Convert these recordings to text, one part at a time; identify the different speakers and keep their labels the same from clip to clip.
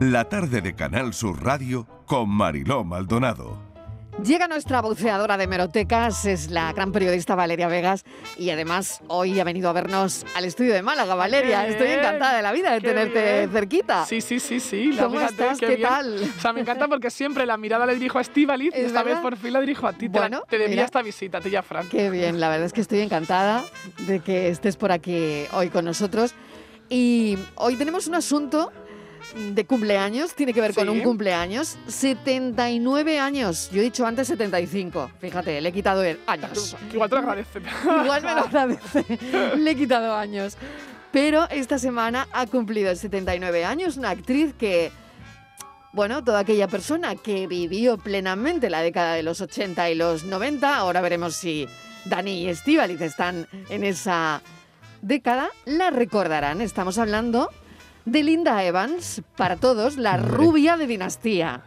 Speaker 1: La tarde de Canal Sur Radio con Mariló Maldonado.
Speaker 2: Llega nuestra buceadora de merotecas, es la gran periodista Valeria Vegas y además hoy ha venido a vernos al estudio de Málaga. Valeria,
Speaker 3: Qué
Speaker 2: estoy
Speaker 3: bien,
Speaker 2: encantada de la vida de
Speaker 3: qué
Speaker 2: tenerte
Speaker 3: bien.
Speaker 2: cerquita.
Speaker 3: Sí, sí, sí, sí. la
Speaker 2: Ah. ¿Cómo
Speaker 3: fíjate,
Speaker 2: estás? ¿Qué
Speaker 3: bien.
Speaker 2: tal?
Speaker 3: O sea, me encanta porque siempre la mirada la dirijo a Estivaliz y
Speaker 2: ¿Es
Speaker 3: esta
Speaker 2: verdad?
Speaker 3: vez por fin la dirijo a ti. Te la-
Speaker 2: Bueno,
Speaker 3: te debía
Speaker 2: mira.
Speaker 3: esta visita, te ya Fran.
Speaker 2: Qué bien, la verdad es que estoy encantada de que estés por aquí hoy con nosotros. Y hoy tenemos un asunto de cumpleaños, tiene que ver con
Speaker 3: Sí.
Speaker 2: un cumpleaños. 79 años, yo he dicho antes 75, fíjate, le he quitado el años.
Speaker 3: Igual te lo agradece.
Speaker 2: Igual me lo agradece. Le he quitado años. Pero esta semana ha cumplido 79 años una actriz que, bueno, toda aquella persona que vivió plenamente la década de los 80 y los 90, ahora veremos si Dani y Estíbaliz están en esa década, la recordarán. Estamos hablando de Linda Evans, para todos, la rubia de dinastía.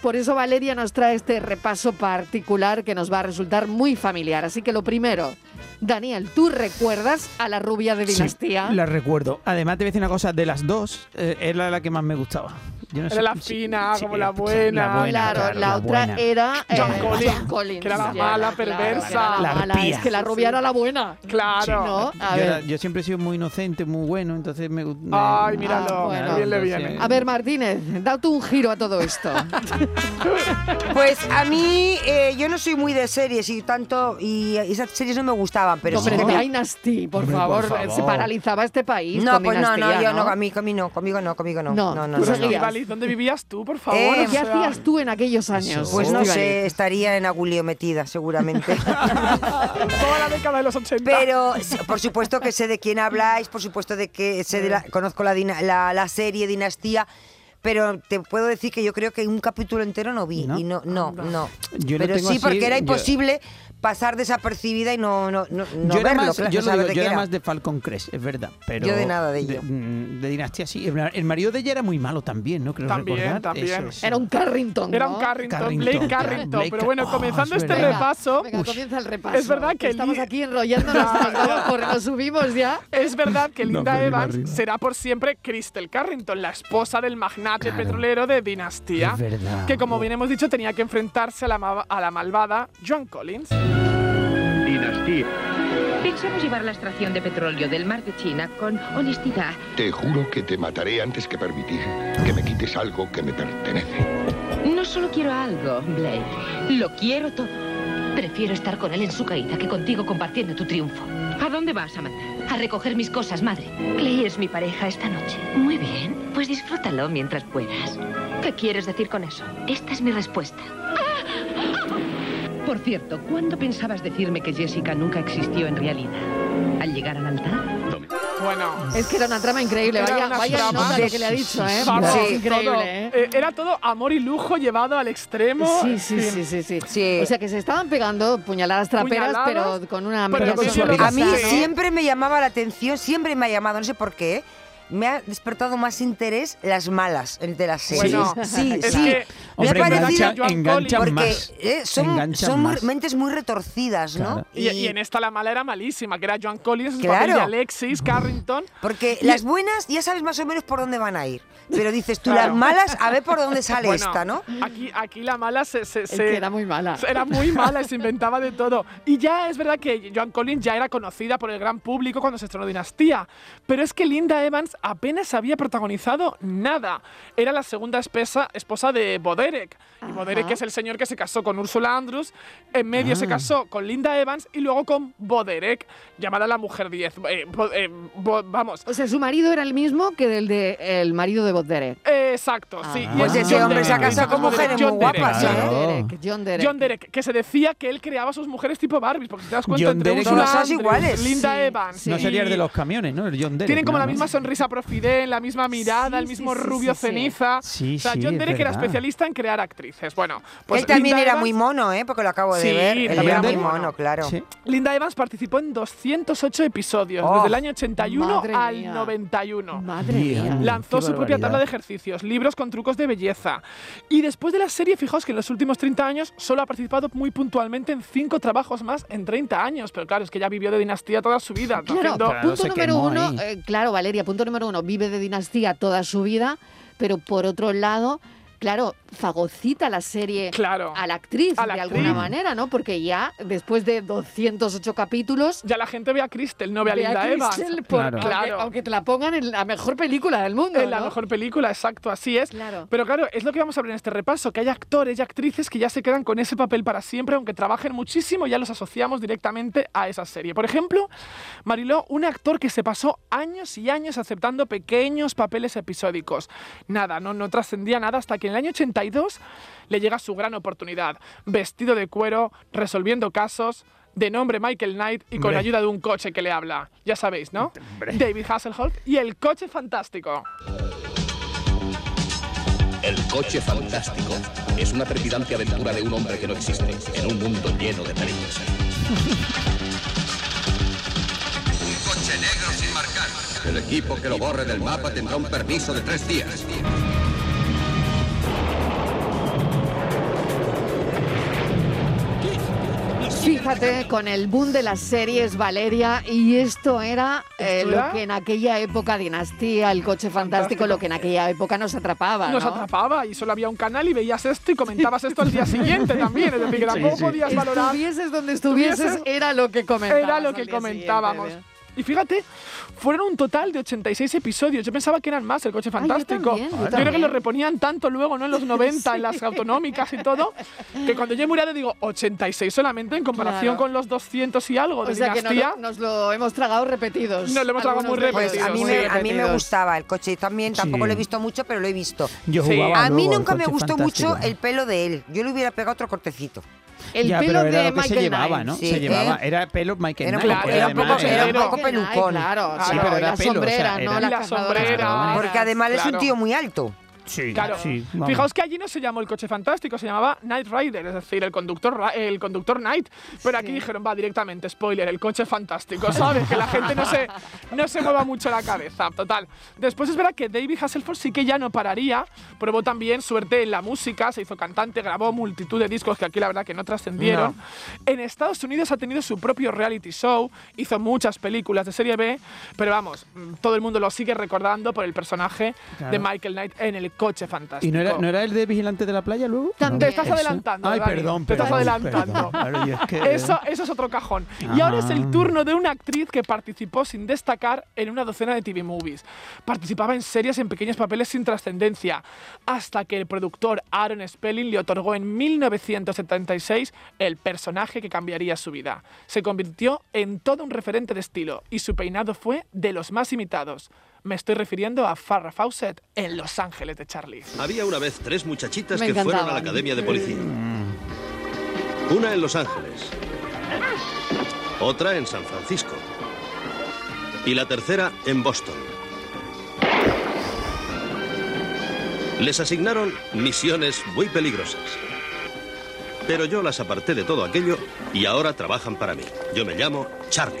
Speaker 2: Por eso Valeria nos trae este repaso particular que nos va a resultar muy familiar. Así que lo primero, Daniel, ¿tú recuerdas a la rubia de dinastía?
Speaker 4: Sí, la recuerdo. Además, te voy a decir una cosa, de las dos, eh, era la que más me gustaba. Yo no
Speaker 3: Era
Speaker 4: sé-
Speaker 3: la
Speaker 4: sí,
Speaker 3: fina,
Speaker 4: sí,
Speaker 3: como
Speaker 4: era-
Speaker 3: la
Speaker 4: sí,
Speaker 3: buena.
Speaker 2: claro,
Speaker 4: claro,
Speaker 2: la, otra
Speaker 4: buena.
Speaker 2: era
Speaker 3: Joan
Speaker 2: eh,
Speaker 3: Collins,
Speaker 2: Joan Collins,
Speaker 3: que era la
Speaker 2: ya,
Speaker 3: mala,
Speaker 2: claro, que
Speaker 3: perversa.
Speaker 2: era
Speaker 4: La
Speaker 2: la mala. Es
Speaker 4: arpía.
Speaker 2: que la rubia era la buena.
Speaker 3: Claro.
Speaker 2: ¿No? A
Speaker 4: yo,
Speaker 2: ver.
Speaker 4: era- yo siempre he sido muy inocente, muy bueno, entonces me gu- me-
Speaker 3: Ay,
Speaker 4: me-
Speaker 3: míralo.
Speaker 2: Ah, bueno.
Speaker 3: qué bien le
Speaker 4: Entonces,
Speaker 3: viene.
Speaker 2: A ver, Martínez, da tú un giro a todo esto.
Speaker 5: Pues a mí, eh, yo no soy muy de series y tanto, y esas series no me gustaban, pero sí
Speaker 2: Hombre,
Speaker 5: que me-
Speaker 2: Dynasty, por
Speaker 4: Hombre, por
Speaker 2: favor,
Speaker 4: favor.
Speaker 2: se paralizaba este país.
Speaker 5: No,
Speaker 2: con
Speaker 5: pues no, no,
Speaker 2: Dinastía,
Speaker 5: yo no, conmigo, conmigo no, conmigo no, conmigo no.
Speaker 2: No,
Speaker 5: No, no,
Speaker 2: tú
Speaker 5: no,
Speaker 3: Pues
Speaker 2: no,
Speaker 5: no.
Speaker 2: seguías.
Speaker 3: Estivaliz, ¿dónde vivías tú, por favor?
Speaker 5: Eh,
Speaker 3: O
Speaker 2: ¿Qué
Speaker 3: sea,
Speaker 2: hacías tú en aquellos años?
Speaker 5: Pues no
Speaker 2: Estíbaliz?
Speaker 5: sé, estaría en agulio metida, seguramente.
Speaker 3: Toda la década de los 80.
Speaker 5: Pero s- por supuesto que sé de quién habláis, por supuesto de que sé de la- conozco la, dina- la, la serie Dinastía, pero te puedo decir que yo creo que un capítulo entero no vi.
Speaker 4: ¿No?
Speaker 5: Y no, no, no.
Speaker 4: Yo lo
Speaker 5: pero
Speaker 4: tengo
Speaker 5: sí,
Speaker 4: así,
Speaker 5: porque era
Speaker 4: yo-
Speaker 5: imposible pasar desapercibida y no, no, no, no
Speaker 4: yo era
Speaker 5: verlo,
Speaker 4: más,
Speaker 5: claro,
Speaker 4: yo
Speaker 5: no
Speaker 4: lo
Speaker 5: saber
Speaker 4: digo, yo
Speaker 5: de qué
Speaker 4: era
Speaker 5: era.
Speaker 4: más de Falcon Crest, es verdad. Pero
Speaker 5: Yo de nada de ello.
Speaker 4: mm, de dinastía sí. El, el marido de ella era muy malo también, ¿no? Creo
Speaker 3: También,
Speaker 4: recordar.
Speaker 3: también.
Speaker 4: Eso, sí.
Speaker 2: Era un Carrington.
Speaker 3: Era
Speaker 2: ¿no?
Speaker 3: un Carrington,
Speaker 4: Carrington,
Speaker 3: Blake
Speaker 4: claro,
Speaker 3: Carrington.
Speaker 4: Blake
Speaker 3: pero bueno,
Speaker 4: Car- Oh,
Speaker 3: comenzando
Speaker 4: es
Speaker 3: este
Speaker 4: verdad.
Speaker 3: repaso,
Speaker 2: venga, comienza el repaso.
Speaker 3: Es verdad que
Speaker 2: estamos
Speaker 3: Lee-
Speaker 2: aquí enrollándonos, nos, vamos por- nos subimos ya.
Speaker 3: Es verdad que
Speaker 4: No,
Speaker 3: Linda
Speaker 4: pero ni más arriba.
Speaker 3: Evans será por siempre Crystal Carrington, la esposa del magnate
Speaker 4: Claro.
Speaker 3: petrolero de Dinastía,
Speaker 4: Es verdad. Oh.
Speaker 3: que como bien hemos dicho tenía que enfrentarse a la, ma- a la malvada Joan Collins.
Speaker 6: Dinastía.
Speaker 7: Pensamos llevar la extracción de petróleo del mar de China con honestidad.
Speaker 6: Te juro que te mataré antes que permitir que me quites algo que me pertenece.
Speaker 7: No solo quiero algo, Blake. Lo quiero todo. Prefiero estar con él en su caída que contigo compartiendo tu triunfo. ¿A dónde vas, Amanda? A recoger mis cosas, madre. Clay es mi pareja esta noche. Muy bien. Pues disfrútalo mientras puedas. ¿Qué quieres decir con eso? Esta es mi respuesta. Por cierto, ¿cuándo pensabas decirme que Jessica nunca existió en realidad? ¿Al llegar al altar?
Speaker 3: Bueno,
Speaker 2: Es que era una trama increíble.
Speaker 3: Era
Speaker 2: Vaya,
Speaker 3: una
Speaker 2: vaya
Speaker 3: trama.
Speaker 2: nota lo
Speaker 4: Sí,
Speaker 2: que le ha
Speaker 4: sí,
Speaker 2: dicho,
Speaker 4: sí,
Speaker 2: ¿eh?
Speaker 4: sí,
Speaker 2: Vamos,
Speaker 5: sí.
Speaker 3: todo,
Speaker 2: increíble, ¿eh?
Speaker 3: eh, era todo amor y lujo llevado al extremo.
Speaker 2: Sí, sí,
Speaker 3: en
Speaker 2: sí, sí, sí,
Speaker 5: Sí.
Speaker 2: O sea que se estaban pegando puñaladas traperas,
Speaker 3: Puñaladas,
Speaker 2: pero con una
Speaker 3: pero
Speaker 2: medida
Speaker 4: con
Speaker 2: de
Speaker 4: suavidad.
Speaker 5: A mí
Speaker 2: ¿no?
Speaker 3: Sí.
Speaker 5: siempre me llamaba la atención, siempre me ha llamado, no sé por qué. Me ha despertado más interés las malas el de las series.
Speaker 3: Bueno,
Speaker 5: sí,
Speaker 3: es
Speaker 5: sí.
Speaker 3: que-
Speaker 5: me ha
Speaker 4: Hombre,
Speaker 5: parecido
Speaker 4: engancha,
Speaker 3: Joan
Speaker 4: engancha
Speaker 3: Collins.
Speaker 5: porque
Speaker 4: más.
Speaker 5: eh, son,
Speaker 4: enganchan
Speaker 5: son muy-
Speaker 4: más.
Speaker 5: mentes muy retorcidas, ¿no?
Speaker 4: Claro.
Speaker 3: Y, y en esta la mala era malísima, que era Joan Collins, el
Speaker 5: Claro.
Speaker 3: papel de Alexis Carrington.
Speaker 5: Porque las buenas ya sabes más o menos por dónde van a ir. Pero dices tú,
Speaker 3: Claro.
Speaker 5: las malas, a ver por dónde sale
Speaker 3: Bueno,
Speaker 5: esta, ¿no?
Speaker 3: Aquí, aquí la mala se, se-
Speaker 2: Es
Speaker 3: se-
Speaker 2: que era muy mala.
Speaker 3: Era muy mala, se inventaba de todo. Y ya es verdad que Joan Collins ya era conocida por el gran público cuando se estrenó Dinastía, pero es que Linda Evans apenas había protagonizado nada. Era la segunda espesa- esposa de Boderek. Y Boderek
Speaker 2: Ajá.
Speaker 3: es el señor que se casó con Ursula Andrews, en medio se
Speaker 4: Ah.
Speaker 3: casó con Linda Evans y luego con Boderek, llamada la Mujer 10. Eh, Bo- eh, Bo- vamos.
Speaker 2: O sea, su marido era el mismo que el de el marido de Bob Derek.
Speaker 3: Eh, Exacto, sí.
Speaker 4: Ah.
Speaker 3: Y
Speaker 4: Pues
Speaker 3: es
Speaker 4: ese
Speaker 3: John
Speaker 4: hombre se ha
Speaker 3: Derek,
Speaker 4: casado
Speaker 5: con
Speaker 3: como Derek,
Speaker 5: mujeres
Speaker 3: John
Speaker 5: muy
Speaker 3: Derek.
Speaker 5: guapas,
Speaker 4: ¿eh?
Speaker 2: John
Speaker 4: Claro.
Speaker 2: Derek. John Derek.
Speaker 3: John Derek, que se decía que él creaba a sus mujeres tipo Barbies, porque si te das cuenta,
Speaker 4: John
Speaker 3: entre
Speaker 4: Derek-
Speaker 3: Ursula
Speaker 5: Todas
Speaker 3: Andrews,
Speaker 5: iguales.
Speaker 3: Linda
Speaker 2: Sí,
Speaker 3: Evans.
Speaker 4: No
Speaker 3: y-
Speaker 4: sería el de los camiones, ¿no? El John Derek.
Speaker 3: Tienen como la
Speaker 4: nada
Speaker 3: misma
Speaker 4: más.
Speaker 3: sonrisa profidén, la misma mirada,
Speaker 2: Sí,
Speaker 3: el mismo
Speaker 2: sí, sí,
Speaker 3: rubio
Speaker 2: sí, sí.
Speaker 3: ceniza.
Speaker 4: Sí,
Speaker 3: o sea,
Speaker 4: sí,
Speaker 3: John
Speaker 4: es
Speaker 3: Derek era
Speaker 4: verdad.
Speaker 3: especialista en crear actrices. Bueno, pues
Speaker 5: Él también
Speaker 3: Linda
Speaker 5: era
Speaker 3: Evans-
Speaker 5: muy mono, ¿eh? Porque lo acabo de
Speaker 3: Sí,
Speaker 5: ver. Él
Speaker 3: también
Speaker 5: era
Speaker 4: era
Speaker 5: muy
Speaker 4: muy
Speaker 3: mono.
Speaker 5: mono, claro.
Speaker 4: Sí.
Speaker 3: Linda Evans participó en 208 episodios,
Speaker 5: Oh,
Speaker 3: desde el año 81
Speaker 2: madre
Speaker 3: al
Speaker 2: mía.
Speaker 3: 91.
Speaker 2: Madre
Speaker 4: Dios.
Speaker 2: mía.
Speaker 4: La-
Speaker 3: Lanzó
Speaker 4: Mm,
Speaker 3: su
Speaker 4: Qué
Speaker 3: propia
Speaker 4: barbaridad.
Speaker 3: tabla de ejercicios, libros con trucos de belleza. Y después de la serie, fijaos que en los últimos 30 años solo ha participado muy puntualmente en cinco trabajos más en 30 años. Pero claro, es que ya vivió de dinastía toda su vida.
Speaker 2: Claro,
Speaker 3: haciendo-
Speaker 4: Claro,
Speaker 2: punto
Speaker 4: se
Speaker 2: número
Speaker 4: quemó
Speaker 2: uno,
Speaker 4: ahí.
Speaker 2: eh, claro, Valeria, punto número uno, vive de dinastía toda su vida, pero por otro lado, claro, fagocita la serie
Speaker 3: Claro.
Speaker 2: a la actriz
Speaker 3: A la
Speaker 2: de
Speaker 3: actriz.
Speaker 2: alguna manera, ¿no? Porque ya después de 208 capítulos.
Speaker 3: Ya la gente ve a Crystal, no ve a
Speaker 2: ve a
Speaker 3: Linda Evans.
Speaker 2: Crystal por-
Speaker 4: Claro.
Speaker 2: aunque-
Speaker 3: Claro.
Speaker 2: Aunque, te la pongan en la mejor película del mundo.
Speaker 3: En la
Speaker 2: ¿no?
Speaker 3: mejor película, exacto, así es.
Speaker 2: Claro.
Speaker 3: Pero claro, es lo que vamos a ver en este repaso, que hay actores y actrices que ya se quedan con ese papel para siempre, aunque trabajen muchísimo, ya los asociamos directamente a esa serie. Por ejemplo, Mariló, un actor que se pasó años y años aceptando pequeños papeles episódicos. Nada, no, no trascendía nada hasta que en el año 82 le llega su gran oportunidad, vestido de cuero, resolviendo casos. De nombre Michael Knight y con
Speaker 4: Hombre.
Speaker 3: la ayuda de un coche que le habla. Ya sabéis, ¿no? David Hasselhoff y el coche fantástico.
Speaker 8: El coche fantástico es una trepidante aventura de un hombre que no existe en un mundo lleno de peligros. Un coche negro sin marcar. El equipo que lo borre del mapa tendrá un permiso de tres días.
Speaker 2: Fíjate, con el boom de las series, Valeria, y esto era eh,
Speaker 3: ¿Esto
Speaker 2: lo
Speaker 3: era?
Speaker 2: que en aquella época, Dinastía, el coche fantástico, lo que en aquella época nos atrapaba.
Speaker 3: Nos
Speaker 2: ¿no?
Speaker 3: atrapaba y solo había un canal y veías esto y comentabas esto al día siguiente también. Es decir, que tampoco
Speaker 4: sí.
Speaker 3: podías valorar.
Speaker 2: Estuvieses donde estuvieses,
Speaker 3: Estuvieses,
Speaker 2: era lo que comentábamos.
Speaker 3: Era lo
Speaker 2: al
Speaker 3: que
Speaker 2: día siguiente,
Speaker 3: comentábamos.
Speaker 2: ¿no?
Speaker 3: Y fíjate, fueron un total de 86 episodios. Yo pensaba que eran más el coche
Speaker 2: yo
Speaker 3: fantástico.
Speaker 2: también, yo
Speaker 3: creo que
Speaker 2: también.
Speaker 3: lo reponían tanto luego, ¿no? En los 90, en las autonómicas y todo, que cuando yo he murado digo 86 solamente en comparación
Speaker 2: Claro.
Speaker 3: con los 200 y algo de
Speaker 2: O sea que no-
Speaker 3: dinastía.
Speaker 2: nos lo hemos tragado repetidos.
Speaker 3: Nos lo hemos tragado
Speaker 2: Algunos
Speaker 3: muy
Speaker 2: de ellos.
Speaker 5: Pues a mí,
Speaker 3: Repetidos, muy
Speaker 5: me, a mí me
Speaker 2: repetidos.
Speaker 5: gustaba el coche también, tampoco
Speaker 4: Sí.
Speaker 5: lo he visto mucho, pero lo he visto.
Speaker 4: Yo
Speaker 3: Sí.
Speaker 4: jugaba
Speaker 5: A mí
Speaker 4: luego al
Speaker 5: nunca
Speaker 4: Ah,
Speaker 5: me
Speaker 4: coche
Speaker 5: gustó
Speaker 4: fantástico.
Speaker 5: mucho el pelo de él. Yo le hubiera pegado otro cortecito.
Speaker 2: El
Speaker 4: ya,
Speaker 2: pelo
Speaker 4: pero era
Speaker 2: de
Speaker 4: lo que
Speaker 2: Michael
Speaker 4: se llevaba,
Speaker 2: Knight.
Speaker 4: ¿no?
Speaker 5: Sí,
Speaker 4: se
Speaker 5: ¿eh?
Speaker 4: llevaba. Era pelo Michael
Speaker 5: Era un
Speaker 4: Knight.
Speaker 5: poco-
Speaker 4: porque
Speaker 5: era un
Speaker 4: además
Speaker 5: poco- era un poco
Speaker 2: Michael Knight,
Speaker 5: pelucón.
Speaker 2: Claro,
Speaker 3: Ah,
Speaker 2: sí,
Speaker 3: no,
Speaker 2: pero
Speaker 4: era
Speaker 2: la
Speaker 4: pelo, o sea,
Speaker 2: sombrera,
Speaker 4: era-
Speaker 2: ¿no? La,
Speaker 3: Y la
Speaker 2: cazadora
Speaker 3: sombrera.
Speaker 2: de sombreras.
Speaker 5: Porque además es
Speaker 3: claro.
Speaker 5: un tío muy alto.
Speaker 4: Sí,
Speaker 3: Claro.
Speaker 4: sí, vamos.
Speaker 3: Fijaos que allí no se llamó el coche fantástico, se llamaba Knight Rider, es decir, el conductor, Ra- el conductor Knight. Pero aquí dijeron, va directamente, spoiler, el coche fantástico, ¿sabes? Que la gente no se, no se mueva mucho la cabeza, total. Después es verdad que David Hasselhoff sí que ya no pararía, probó también suerte en la música, se hizo cantante, grabó multitud de discos que aquí la verdad que no trascendieron. En Estados Unidos ha tenido su propio reality show, hizo muchas películas de serie B, pero vamos, mm, todo el mundo lo sigue recordando por el personaje de
Speaker 4: Claro.
Speaker 3: Michael Knight en el coche fantástico.
Speaker 4: ¿Y no era, no era el de vigilante de la playa luego?
Speaker 2: También.
Speaker 3: Te estás
Speaker 4: Ese.
Speaker 3: adelantando,
Speaker 4: Ay,
Speaker 3: Dani.
Speaker 4: perdón,
Speaker 3: Te estás
Speaker 4: perdón,
Speaker 3: adelantando.
Speaker 4: perdón. Claro, yo es que-
Speaker 3: Eso, eso es otro cajón. Y ahora es el
Speaker 4: Ah.
Speaker 3: turno de una actriz que participó sin destacar en una docena de TV movies. Participaba en series en pequeños papeles sin trascendencia, hasta que el productor Aaron Spelling le otorgó en 1976 el personaje que cambiaría su vida. Se convirtió en todo un referente de estilo y su peinado fue de los más imitados. Me estoy refiriendo a Farrah Fawcett en Los Ángeles de Charlie.
Speaker 9: Había una vez tres muchachitas
Speaker 2: Me
Speaker 9: que fueron a la
Speaker 2: encantaban.
Speaker 9: academia de policía. Una en Los Ángeles, otra en San Francisco y la tercera en Boston. Les asignaron misiones muy peligrosas. Pero yo las aparté de todo aquello y ahora trabajan para mí. Yo me llamo Charlie.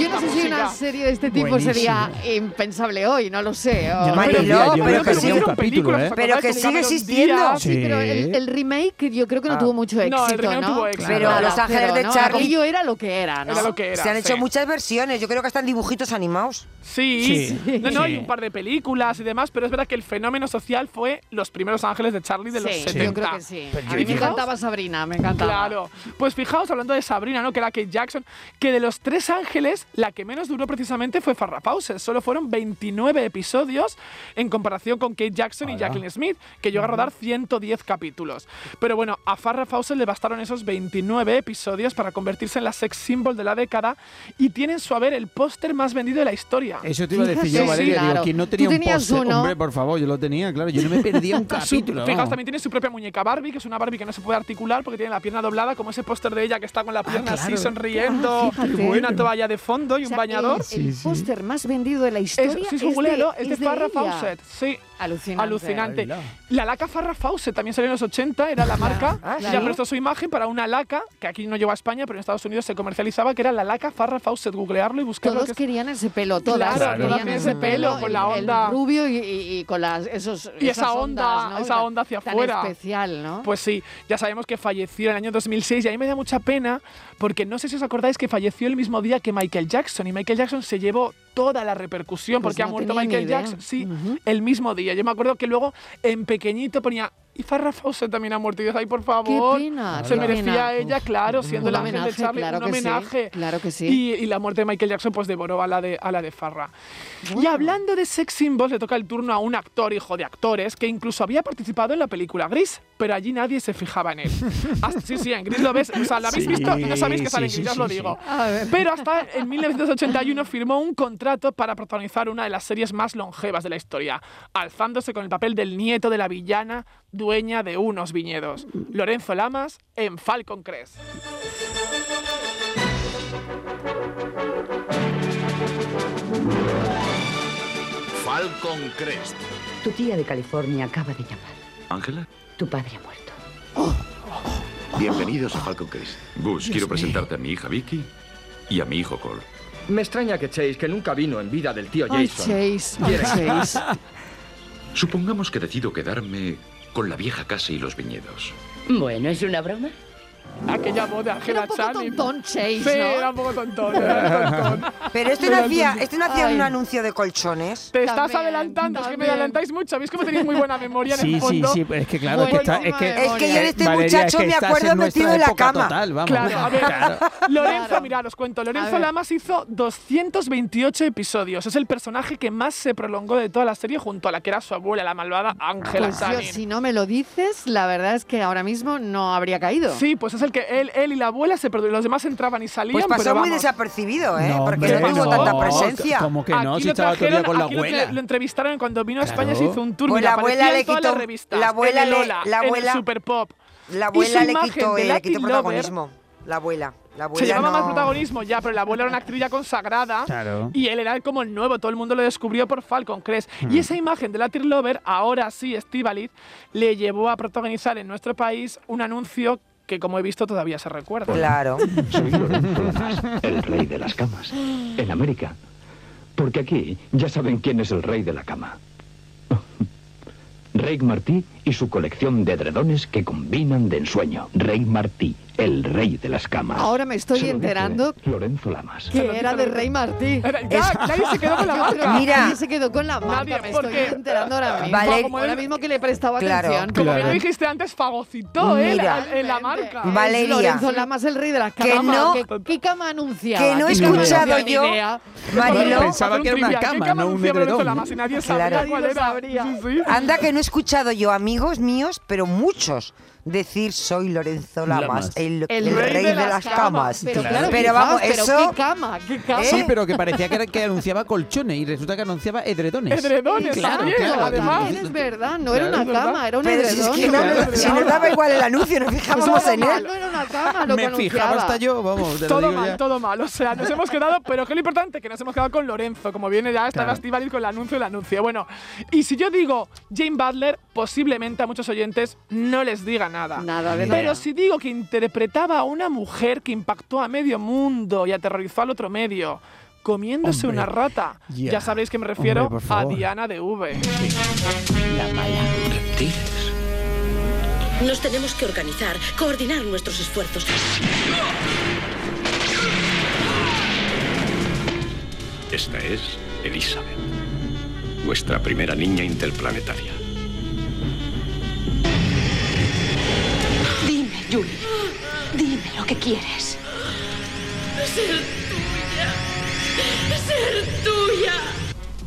Speaker 2: Yo no sé si
Speaker 3: música.
Speaker 2: una serie de este tipo sería impensable hoy, no lo sé. o-
Speaker 4: Yo no me
Speaker 5: Mariló,
Speaker 4: pondría, yo
Speaker 5: pero
Speaker 4: creo
Speaker 5: que
Speaker 4: sería
Speaker 5: sí.
Speaker 4: un capítulo, ¿eh?
Speaker 3: ¿os
Speaker 5: Pero
Speaker 3: acordáis?
Speaker 5: que
Speaker 3: Con
Speaker 5: sigue
Speaker 3: Cameron
Speaker 5: existiendo.
Speaker 3: Díaz.
Speaker 2: Sí, pero el,
Speaker 4: Sí.
Speaker 2: el remake yo creo que no
Speaker 5: Ah.
Speaker 2: tuvo mucho éxito,
Speaker 3: No,
Speaker 2: ¿no?
Speaker 3: el remake no tuvo éxito.
Speaker 5: Pero Los Ángeles de
Speaker 2: ¿no?
Speaker 5: Charlie-
Speaker 2: Aquello era lo que era, ¿no?
Speaker 3: Era lo que era.
Speaker 5: Se han hecho
Speaker 3: sí.
Speaker 5: muchas versiones. Yo creo que hasta en dibujitos animados.
Speaker 3: Sí,
Speaker 4: Sí.
Speaker 3: no, no,
Speaker 4: Sí.
Speaker 3: y un par de películas y demás, pero es verdad que el fenómeno social fue los primeros ángeles de Charlie de los
Speaker 2: Sí,
Speaker 3: 70.
Speaker 2: yo creo que sí.
Speaker 4: Pero
Speaker 2: A
Speaker 4: yo-
Speaker 2: mí me
Speaker 4: fijaos-
Speaker 2: encantaba Sabrina, me encantaba.
Speaker 3: Claro. Pues fijaos, hablando de Sabrina, ¿no? Que era Kate Jackson, que de los tres ángeles, la que menos duró precisamente fue Farrah Fawcett. Solo fueron 29 episodios en comparación con Kate Jackson y
Speaker 4: Ala.
Speaker 3: Jacqueline Smith, que llegó a rodar 110 capítulos. Pero bueno, a Farrah Fawcett le bastaron esos 29 episodios para convertirse en la sex symbol de la década y tiene en su haber el póster más vendido de la historia.
Speaker 4: Eso te iba a decir
Speaker 2: Fíjate,
Speaker 4: yo, Valeria.
Speaker 2: sí, claro.
Speaker 4: Digo, quien no
Speaker 2: Tú
Speaker 4: tenía un
Speaker 2: tenías
Speaker 4: póster,
Speaker 2: uno.
Speaker 4: hombre, por favor, yo lo tenía, claro. Yo no me perdía un
Speaker 3: Su-
Speaker 4: capítulo.
Speaker 3: fijaos,
Speaker 4: vamos.
Speaker 3: también tiene su propia muñeca Barbie, que es una Barbie que no se puede articular porque tiene la pierna doblada, como ese póster de ella que está con la pierna así
Speaker 4: claro.
Speaker 3: sonriendo,
Speaker 2: Ah, fíjate.
Speaker 3: y una toalla de fondo y
Speaker 2: O
Speaker 3: un
Speaker 2: sea,
Speaker 3: bañador.
Speaker 2: El, el póster más vendido de la historia.
Speaker 3: Es, sí,
Speaker 2: es
Speaker 3: su gulero,
Speaker 2: de-
Speaker 3: es de,
Speaker 2: es de
Speaker 3: Farrah
Speaker 2: ella.
Speaker 3: Fawcett, sí.
Speaker 2: Alucinante.
Speaker 3: Alucinante.
Speaker 4: Hola.
Speaker 3: La laca Farrah Fawcett también salió en los 80, era la marca.
Speaker 5: Ah,
Speaker 3: Ella
Speaker 5: ¿sí?
Speaker 3: prestó su imagen para una laca, que aquí no llegó a España, pero en Estados Unidos se comercializaba, que era la laca Farrah Fawcett. Googlearlo y buscarlo.
Speaker 2: Todos querían ese pelo, todas
Speaker 3: Claro,
Speaker 2: querían
Speaker 3: todas ese pelo, con la
Speaker 2: el-
Speaker 3: onda.
Speaker 2: El rubio y, y- y con las, esos,
Speaker 3: Y
Speaker 2: esas
Speaker 3: esa onda,
Speaker 2: ondas, ¿no?
Speaker 3: esa onda hacia
Speaker 2: Tan
Speaker 3: afuera.
Speaker 2: especial, ¿no?
Speaker 3: Pues sí, ya sabemos que falleció en el año 2006 y a mí me da mucha pena porque no sé si os acordáis que falleció el mismo día que Michael Jackson y Michael Jackson se llevó toda la repercusión
Speaker 2: Pues
Speaker 3: porque
Speaker 2: no
Speaker 3: ha muerto
Speaker 2: tenía ni
Speaker 3: Michael
Speaker 2: idea.
Speaker 3: Jackson. Sí,
Speaker 2: Ujú.
Speaker 3: el mismo día. Yo me acuerdo que luego en pequeñito ponía. Y Farrah Fawcett también ha muerto. Y yo, ay, por favor.
Speaker 2: pena,
Speaker 3: Se
Speaker 2: qué
Speaker 3: merecía
Speaker 2: pena.
Speaker 3: ella, claro,
Speaker 2: Uf,
Speaker 3: siendo
Speaker 2: un
Speaker 3: la ángel de
Speaker 2: homenaje,
Speaker 3: Charlie.
Speaker 2: claro
Speaker 3: un
Speaker 2: que sí,
Speaker 3: homenaje.
Speaker 2: claro que sí.
Speaker 3: Y, y la muerte de Michael Jackson, pues devoró a la de, a la de Farrah. Y hablando de sex symbols, le toca el turno a un actor, hijo de actores, que incluso había participado en la película Gris, pero allí nadie se fijaba en él. Hasta- sí, sí, en Gris lo ves. O sea, la habéis
Speaker 4: Sí,
Speaker 3: visto y no sabéis que
Speaker 4: sí,
Speaker 3: sale en
Speaker 4: sí,
Speaker 3: Gris, ya os
Speaker 4: sí,
Speaker 3: lo
Speaker 4: sí.
Speaker 3: digo.
Speaker 2: A ver.
Speaker 3: Pero hasta en 1981 firmó un contrato para protagonizar una de las series más longevas de la historia, alzándose con el papel del nieto de la villana dueña de unos viñedos, Lorenzo Lamas, en Falcon Crest.
Speaker 8: Falcon Crest.
Speaker 7: Tu tía de California acaba de llamar.
Speaker 6: Ángela,
Speaker 7: Tu padre ha muerto.
Speaker 6: bienvenidos a Falcon Crest. Gus, quiero presentarte a mi hija Vicky y a mi hijo Cole.
Speaker 10: Me extraña que Chase, que nunca vino en vida del tío
Speaker 2: Ay,
Speaker 10: Jason.
Speaker 2: Chase, ay, Chase.
Speaker 6: Supongamos que decido quedarme con la vieja casa y los viñedos.
Speaker 7: Bueno, ¿es una broma?
Speaker 3: Aquella voz de
Speaker 2: Era un
Speaker 3: Angela
Speaker 2: poco
Speaker 3: Channing.
Speaker 2: tontón, Chase,
Speaker 3: Sí,
Speaker 2: ¿no?
Speaker 3: era un poco tontón. era un tontón.
Speaker 5: Pero este no
Speaker 3: Pero
Speaker 5: hacía,
Speaker 3: entonces-
Speaker 5: este no hacía un
Speaker 2: Ay.
Speaker 5: anuncio de colchones.
Speaker 3: Te estás
Speaker 2: También,
Speaker 3: adelantando, es que me
Speaker 2: también.
Speaker 3: adelantáis mucho. ¿Veis cómo tenéis muy buena memoria en el
Speaker 4: Sí, sí,
Speaker 3: fondo?
Speaker 4: sí, pero es que claro,
Speaker 2: Bueno,
Speaker 4: es que está, es que,
Speaker 2: madre.
Speaker 5: Es que yo de este
Speaker 4: Valeria, es
Speaker 5: muchacho
Speaker 4: que
Speaker 5: me
Speaker 4: estás
Speaker 5: acuerdo
Speaker 4: nuestra
Speaker 5: metido en la
Speaker 4: época
Speaker 5: cama.
Speaker 4: Total, vamos.
Speaker 3: Claro, a ver. Lorenzo,
Speaker 2: Claro.
Speaker 3: mirad, os cuento.
Speaker 2: A
Speaker 3: Lorenzo
Speaker 2: ver.
Speaker 3: Lamas hizo 228 episodios. Es el personaje que más se prolongó de toda la serie junto a la que era su abuela, la malvada Ángela
Speaker 2: Pues yo,
Speaker 3: Channing.
Speaker 2: si no me lo dices, la verdad es que ahora mismo no habría caído.
Speaker 3: Sí, pues es el que él, él y la abuela se perdonan. Los demás entraban y salían.
Speaker 5: Pues pasó
Speaker 3: pero
Speaker 5: muy
Speaker 3: vamos.
Speaker 5: desapercibido, ¿eh?
Speaker 4: No,
Speaker 5: Porque
Speaker 4: hombre,
Speaker 5: no tuvo
Speaker 3: no.
Speaker 5: tanta presencia.
Speaker 4: Como que no,
Speaker 3: Aquí
Speaker 4: si
Speaker 3: lo
Speaker 4: estaba todo el día
Speaker 3: trajeron,
Speaker 4: con la
Speaker 3: aquí lo tra-
Speaker 4: abuela.
Speaker 3: Lo, entrevistaron cuando vino a
Speaker 4: Claro.
Speaker 3: España, se hizo un tour.
Speaker 5: Pues
Speaker 3: mira,
Speaker 5: la abuela
Speaker 3: aparecía en
Speaker 5: le
Speaker 3: todas las
Speaker 5: quitó-
Speaker 3: revistas,
Speaker 5: la abuela
Speaker 3: en el
Speaker 5: le-
Speaker 3: Lola,
Speaker 5: la
Speaker 3: en
Speaker 5: abuela-
Speaker 3: el Super Pop.
Speaker 5: La
Speaker 3: Y
Speaker 5: abuela
Speaker 3: su
Speaker 5: le
Speaker 3: imagen
Speaker 5: quitó,
Speaker 3: de
Speaker 5: eh, le
Speaker 3: Latin
Speaker 5: quitó
Speaker 3: Lover
Speaker 5: protagonismo. La abuela. La abuela
Speaker 3: Se llevaba más
Speaker 5: no-
Speaker 3: protagonismo ya, pero la abuela era una actriz ya consagrada.
Speaker 4: Claro.
Speaker 3: Y él era como el nuevo, todo el mundo lo descubrió por Falcon Crest.
Speaker 4: Hmm.
Speaker 3: Y esa imagen de la Tear Lover, ahora sí, Estivaliz, le llevó a protagonizar en nuestro país un anuncio que, como he visto, todavía se recuerda.
Speaker 4: Pues,
Speaker 5: Claro.
Speaker 10: Soy Lorenzo Lamas, el rey de las camas, en América. Porque aquí ya saben quién es el rey de la cama. Rey Martí y su colección de edredones que combinan de ensueño. Rey Martí, el rey de las camas.
Speaker 2: Ahora me estoy
Speaker 10: Se lo dice
Speaker 2: enterando
Speaker 10: Lorenzo Lamas.
Speaker 3: Se lo
Speaker 2: que era
Speaker 3: dijo
Speaker 2: de
Speaker 3: la-
Speaker 2: Rey Martí.
Speaker 3: Era- ya, nadie se quedó con la
Speaker 2: Yo creo que
Speaker 3: marca.
Speaker 5: Mira.
Speaker 2: nadie se quedó con la marca,
Speaker 3: Nadie,
Speaker 2: me
Speaker 3: porque-
Speaker 2: estoy enterando ahora mismo.
Speaker 5: Vale.
Speaker 2: Como ahora mismo que le he prestado
Speaker 5: Claro.
Speaker 2: atención.
Speaker 3: Como
Speaker 4: Claro.
Speaker 3: bien dijiste antes, fagocitó él
Speaker 5: Mira.
Speaker 3: al- en la marca.
Speaker 2: Es
Speaker 5: Valeria.
Speaker 2: Lorenzo Lamas, el rey de las
Speaker 5: Que
Speaker 2: camas.
Speaker 5: no-
Speaker 2: que- ¿Qué cama anunciaba?
Speaker 5: que no he
Speaker 2: ¿Qué
Speaker 5: escuchado
Speaker 2: cama? Ni
Speaker 5: yo,
Speaker 2: idea.
Speaker 5: Mariló,
Speaker 4: Pensaba
Speaker 3: Hacer
Speaker 4: que era una
Speaker 3: trivia. ¿Qué
Speaker 4: cama, no un
Speaker 3: anunciaba Lorenzo
Speaker 4: edredón.
Speaker 3: Lamas? Y nadie sabía
Speaker 5: Claro.
Speaker 3: cuál
Speaker 2: Nadie lo
Speaker 3: era.
Speaker 2: sabría.
Speaker 3: Sí, sí.
Speaker 5: Anda que no he escuchado yo amigos míos, pero muchos decir soy Lorenzo Lamas,
Speaker 4: Lamas.
Speaker 5: el,
Speaker 2: El,
Speaker 5: el rey, de, las camas.
Speaker 2: Pero,
Speaker 4: Claro.
Speaker 2: claro,
Speaker 5: Pero
Speaker 2: fijaos,
Speaker 5: vamos,
Speaker 2: pero
Speaker 5: eso
Speaker 2: ¿Qué cama? ¿Qué cama?
Speaker 5: ¿Eh?
Speaker 4: Sí, pero que parecía que, era, que anunciaba colchones y resulta que anunciaba edredones.
Speaker 3: Edredones,
Speaker 4: claro,
Speaker 3: también,
Speaker 4: claro,
Speaker 3: además.
Speaker 4: también.
Speaker 2: También es verdad, no era
Speaker 4: Claro,
Speaker 2: una
Speaker 3: es verdad.
Speaker 2: cama, era un
Speaker 5: Pero si es
Speaker 2: edredón.
Speaker 5: que no,
Speaker 3: claro.
Speaker 5: si nos daba igual el anuncio, nos fijábamos
Speaker 2: Todo
Speaker 5: en
Speaker 2: mal,
Speaker 5: él.
Speaker 2: No era una
Speaker 5: Ah,
Speaker 2: cama, lo que
Speaker 4: Me fijaba
Speaker 2: anunciaba.
Speaker 4: hasta yo, vamos, te lo
Speaker 3: Todo
Speaker 4: digo
Speaker 3: mal,
Speaker 4: ya.
Speaker 3: todo mal. O sea, nos hemos quedado, pero que lo importante que nos hemos quedado con Lorenzo, como viene ya esta
Speaker 4: Claro.
Speaker 3: Estivaliz con el anuncio, el anuncio. Bueno, y si yo digo Jane Butler, posiblemente a muchos oyentes no les diga nada.
Speaker 2: Nada de
Speaker 3: Pero
Speaker 2: nada.
Speaker 3: si digo que interpretaba a una mujer que impactó a medio mundo y aterrorizó al otro medio, comiéndose
Speaker 4: Hombre,
Speaker 3: una rata,
Speaker 4: ya.
Speaker 3: ya sabréis que me refiero
Speaker 4: Hombre, por
Speaker 3: a
Speaker 4: favor.
Speaker 3: Diana de V.
Speaker 8: Reptiles.
Speaker 7: Nos tenemos que organizar, coordinar nuestros esfuerzos.
Speaker 6: Esta es Elizabeth, vuestra primera niña interplanetaria.
Speaker 7: Dime, Julie. Dime lo que quieres.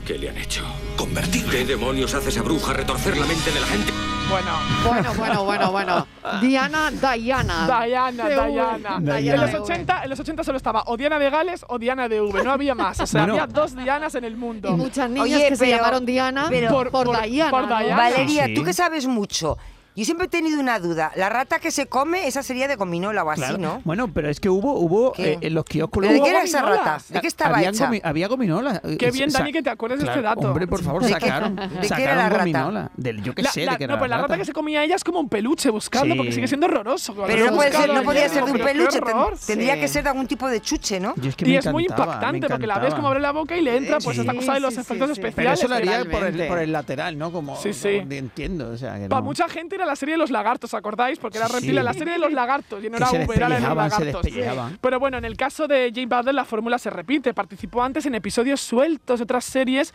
Speaker 6: ¿Qué le han hecho? Convertirla. ¿Qué demonios hace esa bruja retorcer la mente de la gente?
Speaker 3: Bueno,
Speaker 2: Bueno, bueno, bueno, bueno. Diana, Diana.
Speaker 3: Diana,
Speaker 2: De V.
Speaker 3: Diana.
Speaker 2: Ah. Diana
Speaker 3: En
Speaker 2: de
Speaker 3: los,
Speaker 2: V.
Speaker 3: 80, en los 80 solo estaba o Diana de Gales o Diana de V. No había más. O sea,
Speaker 4: Bueno.
Speaker 3: había dos Dianas en el mundo.
Speaker 2: Y muchas niñas
Speaker 5: Oye,
Speaker 2: que se
Speaker 5: pero-
Speaker 2: llamaron Diana
Speaker 5: pero-
Speaker 2: por, por,
Speaker 3: por-
Speaker 2: Diana.
Speaker 3: por
Speaker 2: ¿no?
Speaker 3: Diana.
Speaker 5: Valeria,
Speaker 4: Sí.
Speaker 5: tú que sabes mucho. Yo siempre he tenido una duda. La rata que se come, esa sería de gominola o así,
Speaker 4: Claro.
Speaker 5: ¿no?
Speaker 4: Bueno, pero es que hubo, hubo
Speaker 5: ¿Qué?
Speaker 4: eh, en los kioscos.
Speaker 5: ¿Pero de
Speaker 4: hubo
Speaker 5: qué era esa
Speaker 3: gominolas.
Speaker 5: rata? ¿De qué estaba
Speaker 4: Habían
Speaker 5: hecha?
Speaker 4: gomi- había gominola. eh,
Speaker 3: Qué bien,
Speaker 4: sa-
Speaker 3: Dani, que te acuerdes de
Speaker 4: Claro,
Speaker 3: este dato.
Speaker 4: Hombre, por favor,
Speaker 5: ¿De qué-
Speaker 4: sacaron.
Speaker 5: de qué era
Speaker 4: sacaron
Speaker 5: la rata?
Speaker 4: gominola. Del, yo qué
Speaker 3: La-
Speaker 4: sé,
Speaker 3: la-
Speaker 4: de qué era
Speaker 3: no, pues la rata que se comía ella es como un peluche, buscadlo,
Speaker 4: Sí.
Speaker 3: porque sigue siendo horroroso.
Speaker 5: Pero no, puede ser,
Speaker 3: Buscadlo,
Speaker 5: no podía ser de un
Speaker 3: pero qué
Speaker 5: peluche. ten-
Speaker 3: horror.
Speaker 5: tendría
Speaker 2: Sí.
Speaker 5: que ser de algún tipo de chuche, ¿no?
Speaker 4: Yo es que
Speaker 3: y
Speaker 4: me
Speaker 3: es muy
Speaker 4: encantaba, me
Speaker 3: impactante porque la ves como
Speaker 4: encantaba.
Speaker 3: abre la boca y le entra pues
Speaker 4: Sí.
Speaker 3: esta cosa de los
Speaker 2: Sí, sí,
Speaker 3: efectos
Speaker 2: sí, sí.
Speaker 3: especiales.
Speaker 4: Pero eso lo
Speaker 3: que-
Speaker 4: haría por el,
Speaker 2: Realmente.
Speaker 4: por el lateral, ¿no? Como,
Speaker 3: Sí, sí.
Speaker 4: como- entiendo. O sea, que
Speaker 3: Para
Speaker 4: no.
Speaker 3: mucha gente era la serie de los lagartos, ¿acordáis? Porque era
Speaker 4: Sí.
Speaker 3: reptil en la serie de los lagartos y no
Speaker 4: Que
Speaker 3: era
Speaker 4: se
Speaker 3: V, era la de los
Speaker 4: despellejaban, se
Speaker 3: lagartos.
Speaker 4: despellejaban.
Speaker 3: Pero bueno, en el caso de Jane Butler la fórmula se repite. Participó antes en episodios sueltos de otras series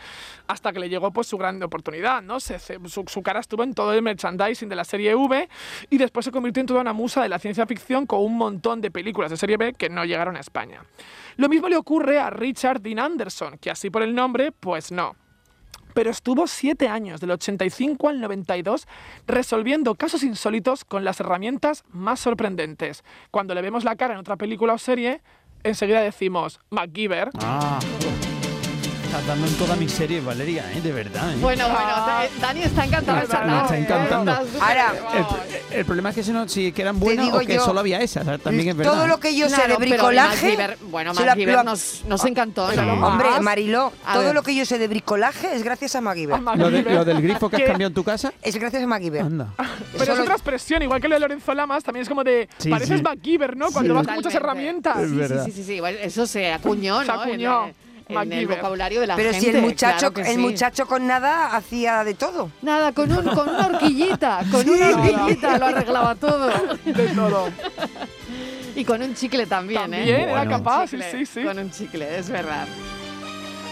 Speaker 3: hasta que le llegó pues su gran oportunidad, ¿no? Se- se- su, su cara estuvo en todo el merchandising de la serie V y después se convirtió en toda una musa de la ciencia ficción con un montón de películas de serie B que no llegaron a España. Lo mismo le ocurre a Richard Dean Anderson, que así por el nombre, pues no pero estuvo siete años, del 85 al 92, resolviendo casos insólitos con las herramientas más sorprendentes. Cuando le vemos la cara en otra película o serie, enseguida decimos MacGyver.
Speaker 4: Ah. Estás dando en toda mi serie, Valeria, ¿eh? De verdad, ¿eh?
Speaker 2: Bueno, bueno, da- Dani está encantado.
Speaker 4: Me está, me está encantando. eh, el,
Speaker 2: Ahora,
Speaker 4: pro- el problema es que si, no, si que eran buenas
Speaker 5: digo
Speaker 4: o que
Speaker 5: yo,
Speaker 4: solo había esas, ¿sabes? también es verdad.
Speaker 5: Todo lo que yo sé de
Speaker 2: Claro, pero de
Speaker 5: bricolaje.
Speaker 2: MacGyver, bueno,
Speaker 5: se lo apl-
Speaker 2: MacGyver nos- nos encantó,
Speaker 5: Pero,
Speaker 4: ¿no?
Speaker 5: Hombre,
Speaker 2: Más.
Speaker 5: Mariló,
Speaker 2: A
Speaker 5: todo
Speaker 2: ver.
Speaker 5: lo que yo sé de bricolaje es gracias a MacGyver.
Speaker 3: A MacGyver.
Speaker 4: Lo, de- lo del grifo que has
Speaker 3: ¿Qué?
Speaker 4: cambiado en tu casa,
Speaker 5: Es gracias a MacGyver.
Speaker 4: anda.
Speaker 3: Pero es
Speaker 5: Solo-
Speaker 3: otra expresión, igual que lo de Lorenzo Lamas, también es como de.
Speaker 4: Sí,
Speaker 3: pareces
Speaker 4: sí.
Speaker 3: MacGyver, ¿no? Cuando
Speaker 2: Sí.
Speaker 3: vas con muchas
Speaker 2: Totalmente.
Speaker 3: herramientas.
Speaker 4: Es
Speaker 2: Sí, sí,
Speaker 4: verdad.
Speaker 2: sí, sí, sí, bueno, eso se acuñó,
Speaker 3: Se
Speaker 2: ¿no? En-
Speaker 3: acuñó.
Speaker 2: En, el
Speaker 3: MacGyver.
Speaker 2: vocabulario de la
Speaker 5: Pero
Speaker 2: gente.
Speaker 5: si el muchacho,
Speaker 2: claro que
Speaker 5: el
Speaker 2: sí.
Speaker 5: muchacho con nada hacía de todo.
Speaker 2: Nada, con, un, con una horquillita, con una horquillita lo arreglaba todo.
Speaker 3: De todo.
Speaker 2: Y con un chicle también, ¿eh?
Speaker 3: También era
Speaker 4: Bueno.
Speaker 3: capaz, sí,
Speaker 2: Chicle,
Speaker 3: sí, sí.
Speaker 2: Con un chicle, es verdad.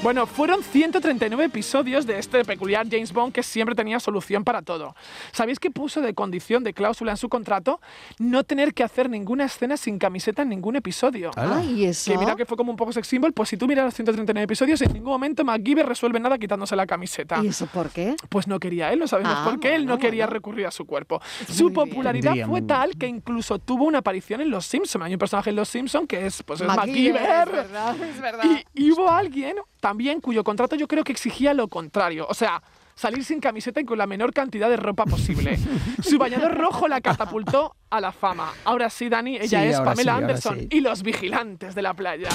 Speaker 3: Bueno, fueron 139 episodios de este peculiar James Bond que siempre tenía solución para todo. ¿Sabéis que puso de condición, de cláusula en su contrato, no tener que hacer ninguna escena sin camiseta en ningún episodio?
Speaker 4: Ala.
Speaker 2: Ay, ¿y eso?
Speaker 3: Que mira que fue como un poco sex symbol, pues si tú miras los 139 episodios, en ningún momento MacGyver resuelve nada quitándose la camiseta.
Speaker 2: ¿Y eso por qué?
Speaker 3: Pues no quería él, no sabemos
Speaker 2: Ah,
Speaker 3: por qué, él no
Speaker 2: bueno,
Speaker 3: quería
Speaker 2: bueno.
Speaker 3: recurrir a su cuerpo.
Speaker 2: Muy
Speaker 3: Su
Speaker 2: bien.
Speaker 3: popularidad
Speaker 4: Tendría
Speaker 3: fue
Speaker 4: muy-
Speaker 3: tal que incluso tuvo una aparición en Los Simpsons. Hay un personaje en Los Simpsons que es, pues, es
Speaker 2: MacGyver,
Speaker 3: MacGyver.
Speaker 2: Es verdad, es verdad.
Speaker 3: Y, y hubo alguien también cuyo contrato yo creo que exigía lo contrario. O sea, salir sin camiseta y con la menor cantidad de ropa posible. Su bañador rojo la catapultó a la fama. Ahora sí, Dani, ella
Speaker 4: Sí,
Speaker 3: es
Speaker 4: ahora
Speaker 3: Pamela
Speaker 4: sí, ahora
Speaker 3: Anderson
Speaker 4: sí.
Speaker 3: y los vigilantes de la playa.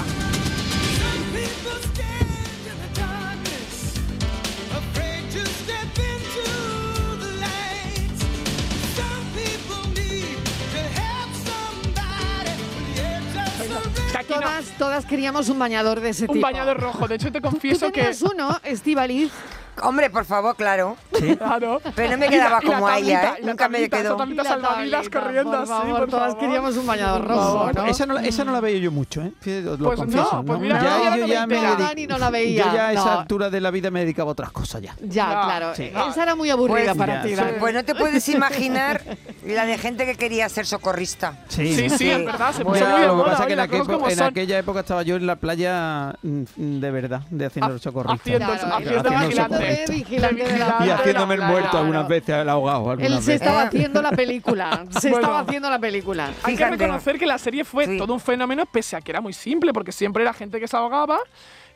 Speaker 3: Es que aquí no-
Speaker 2: Todas, todas queríamos un bañador de ese este tipo.
Speaker 3: un bañador rojo. De hecho, te
Speaker 2: Tú
Speaker 3: confieso que.
Speaker 2: tenías uno, Estivaliz.
Speaker 5: Hombre, por favor, claro.
Speaker 3: Claro.
Speaker 5: Pero no me quedaba
Speaker 3: Y la- y la
Speaker 5: como a ella,
Speaker 3: tablita,
Speaker 5: ¿eh?
Speaker 3: y la
Speaker 5: Nunca me
Speaker 3: tablita,
Speaker 5: quedó.
Speaker 3: esa tablita salvavidas
Speaker 2: tablita,
Speaker 3: corriendo
Speaker 2: por
Speaker 3: así,
Speaker 2: favor,
Speaker 3: por
Speaker 2: todas
Speaker 3: favor.
Speaker 2: queríamos un bañador
Speaker 3: Por
Speaker 2: rojo,
Speaker 3: favor.
Speaker 2: ¿no?
Speaker 4: Esa, no, la- esa no la veía yo mucho, ¿eh? Fíjate, Lo
Speaker 3: Pues no,
Speaker 4: confieso.
Speaker 3: pues mira,
Speaker 4: ya,
Speaker 3: no,
Speaker 4: yo
Speaker 3: no me
Speaker 4: ya me
Speaker 3: enteraba.
Speaker 4: dedico-
Speaker 2: Dani no la veía,
Speaker 4: Yo ya a esa
Speaker 2: no.
Speaker 4: altura de la vida me dedicaba a otras cosas ya.
Speaker 2: Ya,
Speaker 3: No,
Speaker 2: claro.
Speaker 3: sí.
Speaker 2: Esa era muy aburrida
Speaker 5: Pues-
Speaker 2: para ti,
Speaker 4: Sí.
Speaker 2: Dani.
Speaker 5: Pues no te puedes imaginar la de gente que quería ser socorrista.
Speaker 4: Sí,
Speaker 3: Sí, sí,
Speaker 5: Sí.
Speaker 3: es verdad, se puso
Speaker 4: Bueno,
Speaker 3: muy de
Speaker 4: lo que
Speaker 3: moda.
Speaker 4: pasa es
Speaker 3: oye,
Speaker 4: que en,
Speaker 3: las cosas
Speaker 4: aquel-
Speaker 3: como
Speaker 4: en
Speaker 3: son.
Speaker 4: aquella época estaba yo en la playa mm, mm, de verdad, de haciendo el socorrista.
Speaker 3: haciendo el-
Speaker 2: Claro,
Speaker 3: haciendo
Speaker 4: haciendo el
Speaker 3: vigilante.
Speaker 2: socorrista. vigilante de la
Speaker 4: Y
Speaker 2: playa.
Speaker 4: haciéndome el
Speaker 2: Claro.
Speaker 4: muerto algunas veces, el ahogado
Speaker 2: Él
Speaker 4: algunas
Speaker 2: se
Speaker 4: veces.
Speaker 2: estaba
Speaker 5: Eh.
Speaker 2: haciendo la película. Se
Speaker 3: Bueno. Ah,
Speaker 2: estaba haciendo la película.
Speaker 3: Hay que
Speaker 5: Fíjate.
Speaker 3: reconocer que la serie fue
Speaker 5: Sí.
Speaker 3: todo un fenómeno, pese a que era muy simple, porque siempre era gente que se ahogaba.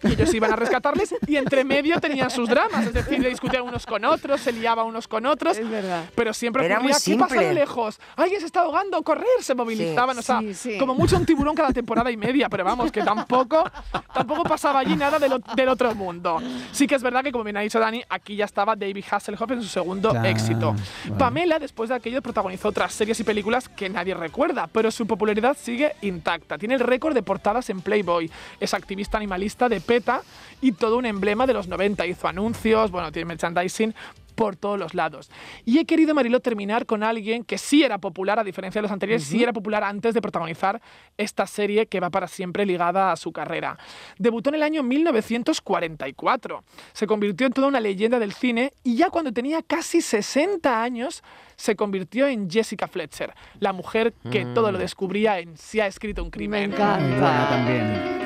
Speaker 3: Y ellos iban a rescatarles y entre medio tenían sus dramas, es decir, discutían unos con otros, se liaban unos con otros.
Speaker 2: Es verdad.
Speaker 3: Pero siempre
Speaker 5: Era
Speaker 3: ocurría,
Speaker 5: muy
Speaker 3: ¿qué pasa a lo
Speaker 5: simple.
Speaker 3: lejos? Alguien se está ahogando, correr, se movilizaban, o sea,
Speaker 2: Sí, sí.
Speaker 3: como mucho un tiburón cada temporada y media, pero vamos, que tampoco, tampoco pasaba allí nada del, o- del otro mundo. Sí que es verdad que, como bien ha dicho Dani, aquí ya estaba David Hasselhoff en su segundo
Speaker 4: Claro,
Speaker 3: éxito.
Speaker 4: bueno.
Speaker 3: Pamela, después de aquello, protagonizó otras series y películas que nadie recuerda, pero su popularidad sigue intacta. Tiene el récord de portadas en Playboy, es activista animalista de PETA y todo un emblema de los 90. Hizo anuncios, bueno, tiene merchandising por todos los lados. Y he querido, Mariló, terminar con alguien que sí era popular, a diferencia de los anteriores, sí era popular antes de protagonizar esta serie que va para siempre ligada a su carrera. Debutó en el año 1944, se convirtió en toda una leyenda del cine y ya cuando tenía casi 60 años se convirtió en Jessica Fletcher, la mujer que
Speaker 4: Mm.
Speaker 3: todo lo descubría en Si ha escrito un
Speaker 2: Me
Speaker 3: crimen.
Speaker 4: Muy buena
Speaker 2: encanta.
Speaker 4: también.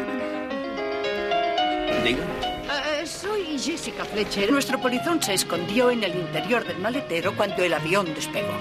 Speaker 11: Eh, soy Jessica Fletcher. Nuestro polizón se escondió en el interior del maletero cuando el avión despegó.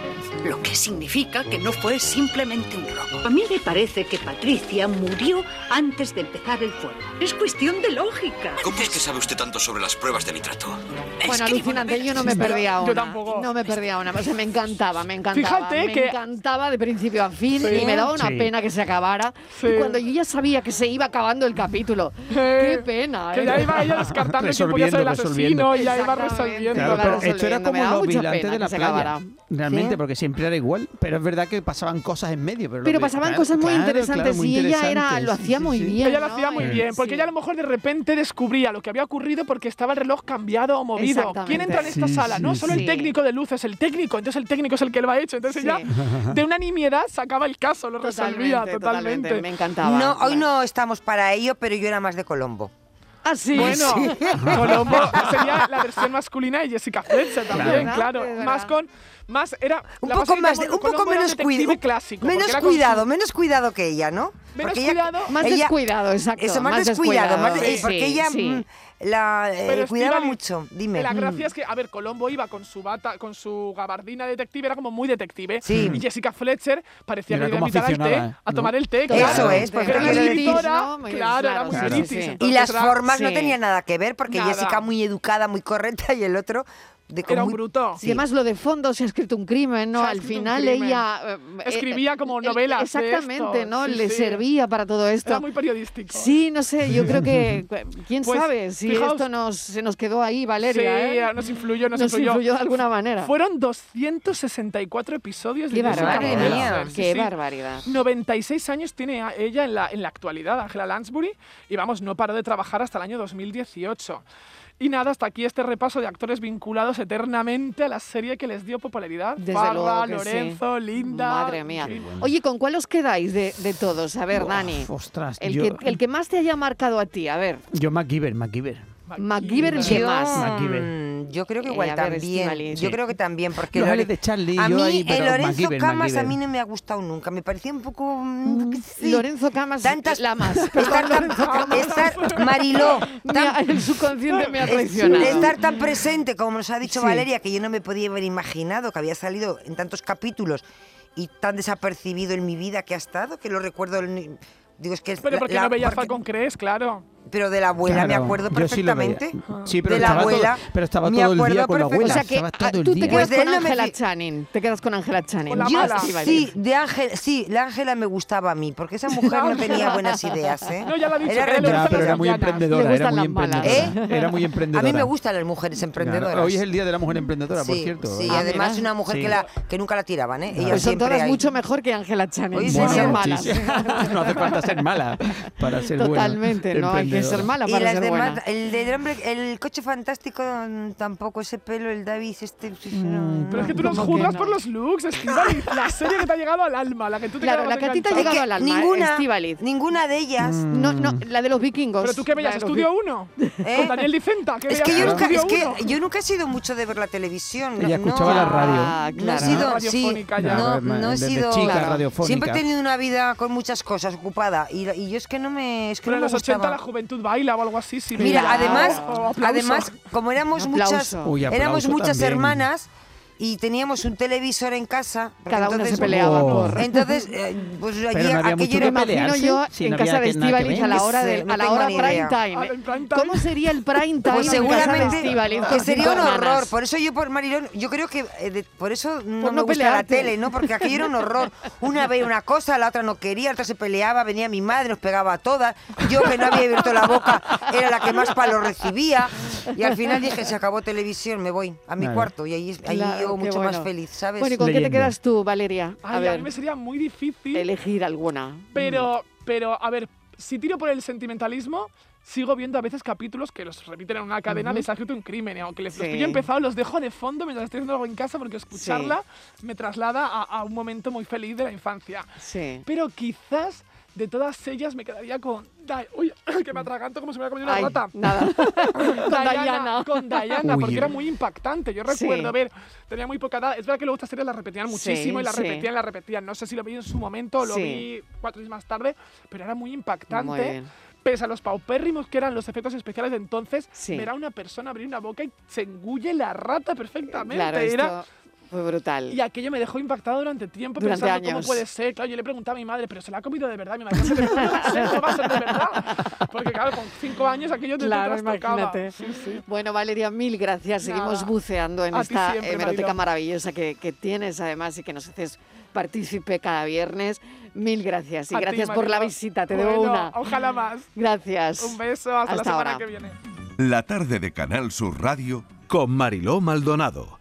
Speaker 11: Lo que significa que no fue simplemente un robo.
Speaker 7: A mí me parece que Patricia murió antes de empezar el fuego. Es cuestión de lógica.
Speaker 6: ¿Cómo es que sabe usted tanto sobre las pruebas de nitrato?
Speaker 2: Bueno,
Speaker 11: Es que-
Speaker 2: alucinante, yo no me
Speaker 3: Pero
Speaker 2: perdía
Speaker 3: yo
Speaker 2: una.
Speaker 3: tampoco.
Speaker 2: No me perdía una. O sea, me encantaba, me encantaba.
Speaker 3: Fíjate
Speaker 2: me
Speaker 3: que-
Speaker 2: encantaba de principio a fin
Speaker 3: Sí.
Speaker 2: y me daba una
Speaker 4: Sí.
Speaker 2: pena que se acabara.
Speaker 3: Sí.
Speaker 2: Y cuando yo ya sabía que se iba acabando el capítulo.
Speaker 3: Eh,
Speaker 2: Qué pena,
Speaker 3: Que
Speaker 2: ¿eh?
Speaker 3: ya iba ella descartando quién podía
Speaker 4: Resolviendo
Speaker 3: caso del
Speaker 4: resolviendo.
Speaker 3: asesino y ya iba resolviendo.
Speaker 4: Claro, pero esto era
Speaker 2: Me
Speaker 4: como
Speaker 2: daba
Speaker 4: los
Speaker 2: ah, mucha
Speaker 4: vigilantes
Speaker 2: pena
Speaker 4: de la
Speaker 2: que se
Speaker 4: playa.
Speaker 2: acabara.
Speaker 4: Realmente,
Speaker 2: Sí.
Speaker 4: porque siempre era igual. Pero es verdad que pasaban cosas en medio. Pero, lo
Speaker 2: Pero
Speaker 4: vi-
Speaker 2: pasaban
Speaker 4: claro,
Speaker 2: cosas muy
Speaker 4: claro,
Speaker 2: interesantes
Speaker 4: claro, muy
Speaker 2: y ella era,
Speaker 4: interesantes.
Speaker 2: lo hacía muy bien.
Speaker 3: Ella lo
Speaker 2: ¿no?
Speaker 3: hacía muy
Speaker 2: Eh,
Speaker 3: bien, porque ella a lo mejor de repente descubría lo que había ocurrido porque estaba el reloj cambiado o movido.
Speaker 2: Exactamente.
Speaker 3: ¿Quién entra en esta
Speaker 4: Sí,
Speaker 3: sala?
Speaker 4: sí,
Speaker 3: no, solo
Speaker 2: sí.
Speaker 3: el técnico de luces, el técnico. Entonces el técnico es el que lo ha hecho. Entonces
Speaker 2: Sí.
Speaker 3: ella de una nimiedad sacaba el caso, lo resolvía
Speaker 2: Totalmente,
Speaker 3: totalmente.
Speaker 2: totalmente, Me encantaba.
Speaker 5: No, hoy no estamos para ello, pero yo era más de Colombo.
Speaker 2: Ah, sí.
Speaker 3: Bueno, Colombo sería la versión masculina de Jessica Fletcher también,
Speaker 2: Verdad,
Speaker 3: claro.
Speaker 2: es verdad.
Speaker 3: Más con más era
Speaker 5: Un
Speaker 3: la
Speaker 5: poco
Speaker 3: cosa que
Speaker 5: más, de-
Speaker 3: llamamos
Speaker 5: un poco
Speaker 3: Colombo era
Speaker 5: menos
Speaker 3: detective
Speaker 5: cuidado.
Speaker 3: clásico, porque
Speaker 5: Menos
Speaker 3: era con su-
Speaker 5: cuidado, menos cuidado que ella, ¿no?
Speaker 3: Menos
Speaker 5: Porque ella-
Speaker 3: cuidado.
Speaker 2: Más
Speaker 5: ella-
Speaker 2: descuidado, exacto.
Speaker 5: Eso, más, descuidado. más de- eh,
Speaker 2: Sí,
Speaker 5: porque
Speaker 2: sí,
Speaker 5: ella
Speaker 2: sí.
Speaker 5: mm, la eh,
Speaker 3: Pero,
Speaker 5: cuidaba
Speaker 3: Estíbaliz,
Speaker 5: mucho. Dime.
Speaker 3: La
Speaker 5: Mm.
Speaker 3: gracia es que, a ver, Colombo iba con su bata, con su gabardina detective, era como muy detective.
Speaker 5: Sí.
Speaker 3: Y Jessica Fletcher parecía
Speaker 4: Era
Speaker 3: que le iba a
Speaker 4: como
Speaker 3: invitar al
Speaker 4: aficionada,
Speaker 3: té, a
Speaker 4: ¿no?
Speaker 3: tomar el té.
Speaker 5: Eso
Speaker 3: claro.
Speaker 5: es, porque
Speaker 3: Pero
Speaker 5: era
Speaker 3: era
Speaker 5: british,
Speaker 3: editora,
Speaker 2: ¿no? Muy-
Speaker 3: claro, era
Speaker 2: claro,
Speaker 3: muy
Speaker 2: sí,
Speaker 3: british,
Speaker 2: sí. Y
Speaker 5: Y
Speaker 3: entonces
Speaker 5: las
Speaker 3: era-
Speaker 5: formas no
Speaker 2: sí.
Speaker 5: tenían nada que ver, porque
Speaker 3: Nada.
Speaker 5: Jessica muy educada, muy correcta, y el otro de con
Speaker 3: Era un
Speaker 5: muy-
Speaker 3: bruto.
Speaker 2: Y además lo de fondo se ha escrito un crimen, ¿no?
Speaker 3: Se ha
Speaker 2: Al
Speaker 3: escrito un
Speaker 2: final
Speaker 3: crimen.
Speaker 2: ella eh,
Speaker 3: Escribía como
Speaker 2: el-
Speaker 3: novelas de
Speaker 2: Exactamente,
Speaker 3: esto.
Speaker 2: ¿no?
Speaker 3: Sí,
Speaker 2: Le
Speaker 3: sí.
Speaker 2: servía para todo
Speaker 3: Era
Speaker 2: esto.
Speaker 3: muy periodístico.
Speaker 2: Sí, no sé, yo creo que quién
Speaker 3: Pues,
Speaker 2: sabe si
Speaker 3: fijaos-
Speaker 2: esto nos se nos quedó ahí,
Speaker 3: Sí,
Speaker 2: Valeria, ¿eh?
Speaker 3: nos influyó, nos,
Speaker 2: nos influyó de alguna manera.
Speaker 3: Fueron 264 episodios
Speaker 2: Qué
Speaker 3: de Jessica
Speaker 2: barbaridad,
Speaker 3: Fletcher, sí,
Speaker 2: qué
Speaker 3: sí.
Speaker 2: barbaridad.
Speaker 3: 96 años tiene a- ella en la, en la actualidad, Angela Lansbury, y vamos, no paró de trabajar hasta el año 2018. Y nada, hasta aquí este repaso de actores vinculados eternamente a la serie que les dio popularidad.
Speaker 2: Desde
Speaker 3: Parra,
Speaker 2: luego que
Speaker 3: Lorenzo,
Speaker 2: sí.
Speaker 3: Linda.
Speaker 2: Madre
Speaker 3: en
Speaker 2: mía.
Speaker 3: fin.
Speaker 2: Oye, ¿con cuál os quedáis de, de todos? A ver,
Speaker 4: Buah,
Speaker 2: Dani.
Speaker 4: Ostras,
Speaker 2: El,
Speaker 4: yo,
Speaker 2: que, el que más te haya marcado a ti, a ver.
Speaker 4: yo MacGyver, MacGyver.
Speaker 2: MacGyver el
Speaker 5: Yo,
Speaker 2: que más.
Speaker 4: MacGyver.
Speaker 5: mm, yo creo que
Speaker 2: Eh,
Speaker 5: igual
Speaker 2: a ver,
Speaker 5: también.
Speaker 2: Estíbaliz.
Speaker 5: Yo creo que también, porque
Speaker 4: Los
Speaker 5: Lore-
Speaker 4: Ángeles de Charlie,
Speaker 5: a mí
Speaker 4: yo ahí,
Speaker 5: el
Speaker 4: pero
Speaker 5: Lorenzo
Speaker 4: MacGyver,
Speaker 5: Camas a
Speaker 4: MacGyver.
Speaker 5: mí no me ha gustado nunca. Me parecía un poco. mm, que sí.
Speaker 2: Lorenzo Camas
Speaker 5: Tantas-
Speaker 2: la más.
Speaker 5: Estar tan, estar- Mariló,
Speaker 2: Me
Speaker 5: tan-
Speaker 2: ha- el subconsciente me ha traicionado.
Speaker 5: estar tan presente, como nos ha dicho
Speaker 4: Sí.
Speaker 5: Valeria, que yo no me podía haber imaginado que había salido en tantos capítulos y tan desapercibido en mi vida que ha estado, que lo recuerdo. en- Digo, es que es
Speaker 3: Pero
Speaker 5: la-
Speaker 3: porque
Speaker 5: la-
Speaker 3: no veías
Speaker 5: porque-
Speaker 3: Falcon Crest, claro.
Speaker 5: Pero de la abuela me
Speaker 4: Claro,
Speaker 5: acuerdo
Speaker 4: yo sí lo veía.
Speaker 5: perfectamente.
Speaker 4: Sí, pero
Speaker 5: de la
Speaker 4: estaba todo-
Speaker 5: abuela.
Speaker 4: pero estaba
Speaker 5: me
Speaker 4: todo el día
Speaker 5: acuerdo
Speaker 4: con la
Speaker 5: perfecta-
Speaker 2: o
Speaker 4: abuela.
Speaker 2: sea que
Speaker 4: Estaba
Speaker 2: ah,
Speaker 4: todo el
Speaker 2: tú te
Speaker 4: día.
Speaker 2: quedas
Speaker 5: Pues de
Speaker 2: con
Speaker 5: él no me
Speaker 2: Ángela
Speaker 5: fi-
Speaker 2: Channing. Te quedas con Ángela Channing.
Speaker 3: Con la
Speaker 5: Yo
Speaker 3: mala.
Speaker 2: Estíbaliz.
Speaker 5: sí, de Ángel, sí, la Ángela me gustaba a mí, porque esa mujer no tenía buenas ideas, ¿eh?
Speaker 3: No, ya lo ha dicho,
Speaker 5: Era
Speaker 3: que le
Speaker 4: Ya,
Speaker 5: rebelde.
Speaker 3: gustan
Speaker 4: pero
Speaker 3: las
Speaker 4: era muy
Speaker 3: lesbianas,
Speaker 4: emprendedora,
Speaker 2: le
Speaker 4: era
Speaker 2: gustan
Speaker 4: muy
Speaker 2: las malas.
Speaker 4: emprendedora. Era muy
Speaker 5: ¿Eh? A
Speaker 4: emprendedora.
Speaker 5: mí me gustan las mujeres
Speaker 4: Claro,
Speaker 5: emprendedoras.
Speaker 4: Hoy es el día de la mujer emprendedora, por
Speaker 5: Sí,
Speaker 4: cierto. ¿eh?
Speaker 5: Sí,
Speaker 2: Ah,
Speaker 5: además
Speaker 2: mira.
Speaker 5: una mujer
Speaker 4: Sí.
Speaker 5: que, la, que nunca la tiraban, ¿eh? Ella
Speaker 2: Pues son
Speaker 5: siempre
Speaker 2: todas
Speaker 5: ahí.
Speaker 2: mucho mejor que Ángela Channing.
Speaker 5: Oye,
Speaker 2: sin
Speaker 5: sí,
Speaker 4: Bueno,
Speaker 2: ser
Speaker 5: sí.
Speaker 2: malas.
Speaker 4: sí, sí. no hace falta ser mala para ser buena.
Speaker 2: Totalmente, no hay que ser
Speaker 4: emprendedora.
Speaker 2: mala
Speaker 5: Y
Speaker 2: para
Speaker 5: las
Speaker 2: ser
Speaker 5: demás,
Speaker 2: buena.
Speaker 5: el del hombre, el coche fantástico mm, tampoco, ese pelo, el Davis, este. no,
Speaker 3: Mm, Pero es que tú
Speaker 5: no.
Speaker 3: nos
Speaker 2: ¿Cómo que
Speaker 3: juzgas
Speaker 2: no?
Speaker 3: por los looks, Estíbaliz. la serie que te ha llegado al alma, la que tú te
Speaker 2: Claro,
Speaker 3: quedabas
Speaker 2: la que a ti te ha
Speaker 3: enganchada.
Speaker 2: llegado
Speaker 5: Es que
Speaker 2: al alma,
Speaker 5: ninguna,
Speaker 2: Estíbaliz.
Speaker 5: ninguna de ellas.
Speaker 4: Mm.
Speaker 2: No, no, la de los vikingos.
Speaker 3: Pero tú qué veías,
Speaker 2: La de los
Speaker 3: Estudio 1.
Speaker 5: ¿Eh?
Speaker 3: Con Daniel Dicenta. ¿qué
Speaker 5: Es que,
Speaker 3: veías?
Speaker 5: yo nunca,
Speaker 3: Estudio
Speaker 5: es que
Speaker 3: 1.
Speaker 5: yo nunca he sido mucho de ver la televisión.
Speaker 4: Ella
Speaker 5: no-
Speaker 4: escuchaba la radio.
Speaker 2: Ah,
Speaker 5: No he
Speaker 2: claro.
Speaker 5: sido, sí,
Speaker 3: Radiofónica ya.
Speaker 5: no,
Speaker 4: Claro,
Speaker 5: no he
Speaker 4: desde
Speaker 5: sido.
Speaker 4: chica
Speaker 2: Claro.
Speaker 4: radiofónica.
Speaker 5: Siempre he tenido una vida con muas cosas ocupada y, la- y yo es que no me. Es que
Speaker 3: Pero
Speaker 5: no
Speaker 3: en
Speaker 5: me
Speaker 3: los 80 la
Speaker 5: gustaba.
Speaker 3: juventud baila o algo así. sí,
Speaker 5: Mira,
Speaker 3: venga.
Speaker 5: además,
Speaker 3: O- o aplauso.
Speaker 5: además, como éramos
Speaker 2: Oh, Un
Speaker 5: muchas,
Speaker 2: aplauso.
Speaker 4: Uy, aplauso
Speaker 5: éramos muchas
Speaker 4: también.
Speaker 5: hermanas y teníamos un televisor en casa. porque
Speaker 2: Cada una
Speaker 5: entonces,
Speaker 2: se peleaba
Speaker 4: Oh.
Speaker 2: por.
Speaker 5: Entonces, eh, pues allí,
Speaker 4: Pero no había mucho
Speaker 5: aquello era
Speaker 4: que
Speaker 2: Me imagino
Speaker 4: pelearse,
Speaker 2: yo
Speaker 4: si
Speaker 2: en
Speaker 4: no había
Speaker 2: casa de
Speaker 4: que- nada que
Speaker 2: Estivaliz a
Speaker 4: ver.
Speaker 2: la hora
Speaker 5: Sí,
Speaker 2: del
Speaker 5: no
Speaker 2: a la
Speaker 5: tengo
Speaker 2: hora
Speaker 5: ni
Speaker 2: prime
Speaker 5: idea.
Speaker 3: Ah, el prime
Speaker 2: time.
Speaker 3: time.
Speaker 2: ¿Cómo sería el prime time?
Speaker 5: Pues
Speaker 2: en casa de
Speaker 5: seguramente
Speaker 2: Estíbaliz
Speaker 5: que
Speaker 2: con
Speaker 5: sería
Speaker 2: cinco
Speaker 5: un horror.
Speaker 2: hermanas?
Speaker 5: Por eso yo por Marilón, yo creo que eh, de- por eso no
Speaker 2: Por
Speaker 5: me
Speaker 2: no
Speaker 5: gusta la
Speaker 2: pelearte.
Speaker 5: tele, ¿no? Porque aquello era un horror. Una veía una cosa, la otra no quería, la otra se peleaba, venía mi madre, nos pegaba a todas. Yo que no había abierto la boca, era la que más palos recibía. Y al final dije, se acabó televisión, me voy a mi
Speaker 4: Claro.
Speaker 5: cuarto. Y ahí, ahí
Speaker 2: Claro,
Speaker 5: llego
Speaker 2: qué
Speaker 5: mucho más
Speaker 2: bueno.
Speaker 5: feliz, ¿sabes?
Speaker 2: Bueno, ¿y con qué te
Speaker 4: Leyenda.
Speaker 2: quedas tú, Valeria? A
Speaker 3: Ay, a mí
Speaker 2: ver,
Speaker 3: me sería muy difícil.
Speaker 2: elegir alguna.
Speaker 3: Pero, pero, a ver, si tiro por el sentimentalismo, sigo viendo a veces capítulos que los repiten en una cadena de Sargento un crimen. y Aunque les- los
Speaker 2: Sí.
Speaker 3: pillo empezado, los dejo de fondo mientras estoy haciendo algo en casa porque escucharla me traslada a, a un momento muy feliz de la infancia.
Speaker 2: Sí.
Speaker 3: Pero quizás de todas ellas me quedaría con. Di- Uy, que me atraganto como si me hubiera comido una
Speaker 2: Ay,
Speaker 3: rata.
Speaker 2: nada. con Diana.
Speaker 3: Con Diana,
Speaker 4: Uy.
Speaker 3: porque era muy impactante. Yo recuerdo,
Speaker 2: Sí.
Speaker 3: a ver, tenía muy poca edad. Es verdad que luego estas series las repetían muchísimo y las
Speaker 2: sí.
Speaker 3: repetían, las repetían. No sé si lo vi en su momento, lo
Speaker 2: Sí.
Speaker 3: vi cuatro días más tarde, pero era muy
Speaker 2: Muy
Speaker 3: impactante.
Speaker 2: bien.
Speaker 3: Pese a los paupérrimos que eran los efectos especiales de entonces,
Speaker 2: Sí.
Speaker 3: ver a una persona abrir una boca y se engulle la rata perfectamente.
Speaker 2: Claro,
Speaker 3: Era-
Speaker 2: esto fue brutal.
Speaker 3: y aquello me dejó impactado durante tiempo
Speaker 2: Durante
Speaker 3: pensando
Speaker 2: años.
Speaker 3: cómo puede ser. Claro, yo le preguntaba a mi madre, pero se la ha comido de verdad. Mi madre, "No se te- no va a ser, no va a ser de verdad. Porque claro, con cinco años aquello te,
Speaker 2: Claro,
Speaker 3: te trastocaba.
Speaker 2: imagínate.
Speaker 3: Sí, sí.
Speaker 2: Bueno, Valeria, mil gracias. Seguimos
Speaker 3: Nada.
Speaker 2: buceando en
Speaker 3: A ti
Speaker 2: esta
Speaker 3: siempre,
Speaker 2: hemeroteca
Speaker 3: Mariló.
Speaker 2: maravillosa que, que tienes, además, y que nos haces partícipe cada viernes. Mil gracias. Y
Speaker 3: A ti,
Speaker 2: gracias por la
Speaker 3: Mariló.
Speaker 2: visita. Te
Speaker 3: Bueno,
Speaker 2: debo una.
Speaker 3: Ojalá más.
Speaker 2: Gracias.
Speaker 3: Un beso, hasta, la
Speaker 2: Hasta
Speaker 3: semana
Speaker 2: ahora.
Speaker 3: que viene.
Speaker 1: La tarde de Canal Sur Radio
Speaker 9: Con Mariló Maldonado.